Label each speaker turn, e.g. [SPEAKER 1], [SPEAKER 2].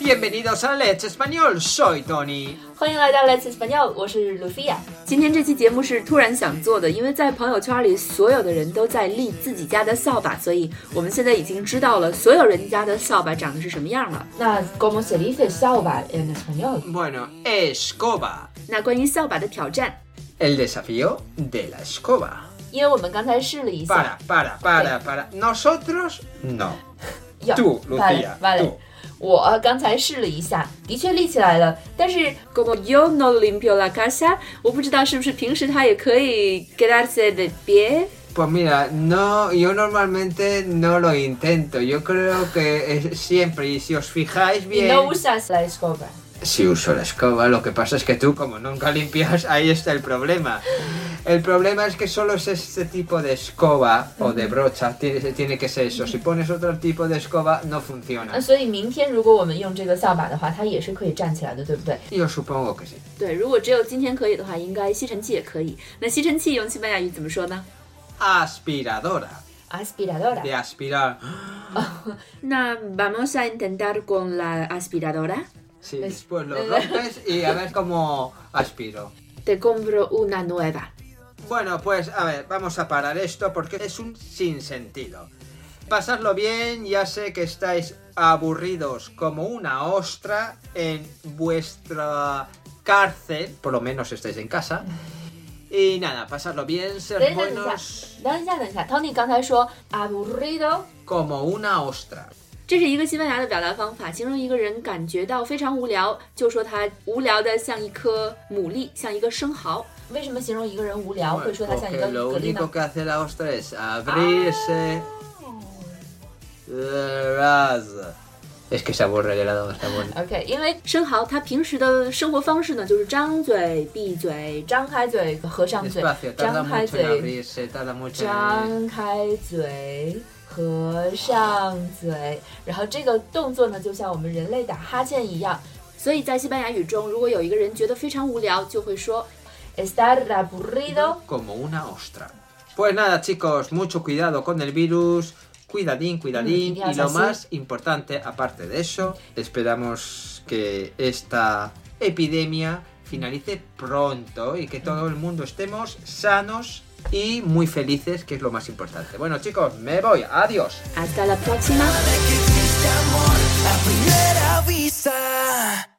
[SPEAKER 1] Bienvenidos a Let's Español, soy Tony。
[SPEAKER 2] 欢迎来到 Let's Español，我是 Lucia。
[SPEAKER 3] 今天这期节目是突然想做的，因为在朋友圈里所有的人都在立自己家的扫把，所以我们现在已经知道了所有人家的扫把长得是什么样了。
[SPEAKER 2] 那 ¿Cómo se dice salva en español？
[SPEAKER 1] Bueno, escoba.
[SPEAKER 3] 那关于扫把的挑战，
[SPEAKER 1] El desafío de la escoba.
[SPEAKER 2] 因为我们刚才试了一下
[SPEAKER 1] Para, para, para, para. Nosotros, no.
[SPEAKER 2] 呀
[SPEAKER 1] Tú,
[SPEAKER 2] vale,
[SPEAKER 1] Lucía,
[SPEAKER 2] vale.
[SPEAKER 1] tú.
[SPEAKER 2] 我刚才试了一下，的确立起来了，但是
[SPEAKER 3] como yo no limpio la casa，我不知道是不是平时他也可以 quedarse de pie。
[SPEAKER 1] Pues mira, no, yo normalmente no lo intento. Yo creo que es siempre, y si os fijáis
[SPEAKER 2] y
[SPEAKER 1] bien,
[SPEAKER 2] no usas la escoba。
[SPEAKER 1] si uso la escoba, lo que pasa es que tú, como nunca limpias, ahí está el problema. El problema es que solo es este tipo de escoba o de brocha, tiene, tiene que ser eso. Si pones otro tipo de escoba,
[SPEAKER 2] 那
[SPEAKER 1] no funciona.
[SPEAKER 2] 所以明天如果我们用这个扫把的话，它也是可以站起来的，对不对？
[SPEAKER 1] Yo supongo que sí.
[SPEAKER 3] 对，如果只有今天可以的话，应该吸尘器也可以。那吸尘器用西班牙语怎么说呢？
[SPEAKER 1] Aspiradora.
[SPEAKER 2] aspiradora。
[SPEAKER 1] De aspirar.
[SPEAKER 3] 那 vamos a intentar con la aspiradora。
[SPEAKER 1] Sí,
[SPEAKER 2] Es-
[SPEAKER 1] después lo rompes y a ver cómo aspiro.
[SPEAKER 3] Te compro una nueva。
[SPEAKER 1] Bueno, pues a ver, vamos a parar esto porque es un sinsentido. Pasadlo bien, ya sé que estáis aburridos como una ostra en vuestra cárcel, por lo menos estáis en casa. Y nada, pasadlo bien, ser
[SPEAKER 2] 等等一下
[SPEAKER 1] buenos，
[SPEAKER 2] 等一下，等一下，Tony 刚才说 aburrido，
[SPEAKER 1] como una ostra.
[SPEAKER 3] 这是一个西班牙的表达方法，形容一个人感觉到非常无聊，就说他无聊的像一颗牡蛎，像一个生蚝。
[SPEAKER 2] 为什么形容一个人无聊会说他像一
[SPEAKER 1] Porque
[SPEAKER 2] 个
[SPEAKER 1] lo
[SPEAKER 2] 蛤蜊呢
[SPEAKER 1] único？que hace la ostra es abrirse.
[SPEAKER 2] Ah.
[SPEAKER 1] las- Es que se aburre el helado, está bueno.
[SPEAKER 2] OK，因为
[SPEAKER 3] 生蚝它平时的生活方式呢，就是张嘴、闭嘴。
[SPEAKER 2] 张开嘴，合上嘴
[SPEAKER 1] Despacio,，tarda
[SPEAKER 2] 张开
[SPEAKER 1] mucho en
[SPEAKER 2] 嘴，
[SPEAKER 1] abrirse, tarda mucho en...
[SPEAKER 2] 张开嘴，合上嘴。然后这个动作呢，就像我们人类打哈欠一样
[SPEAKER 3] 所以在西班牙语中，如果有一个人觉得非常无聊，就会说
[SPEAKER 2] ，estar aburrido。
[SPEAKER 1] Como una ostra. Pues nada, chicos, mucho cuidado con el virus. Cuidadín, cuidadín.
[SPEAKER 2] Mm, ya
[SPEAKER 1] y lo
[SPEAKER 2] sé.
[SPEAKER 1] más importante, aparte de eso, esperamos que esta epidemia finalice pronto y que todo el mundo estemos sanos y muy felices, que es lo más importante. Bueno, chicos, me voy. Adiós.
[SPEAKER 3] hasta la próxima。
[SPEAKER 4] de que existe amor a primera vista.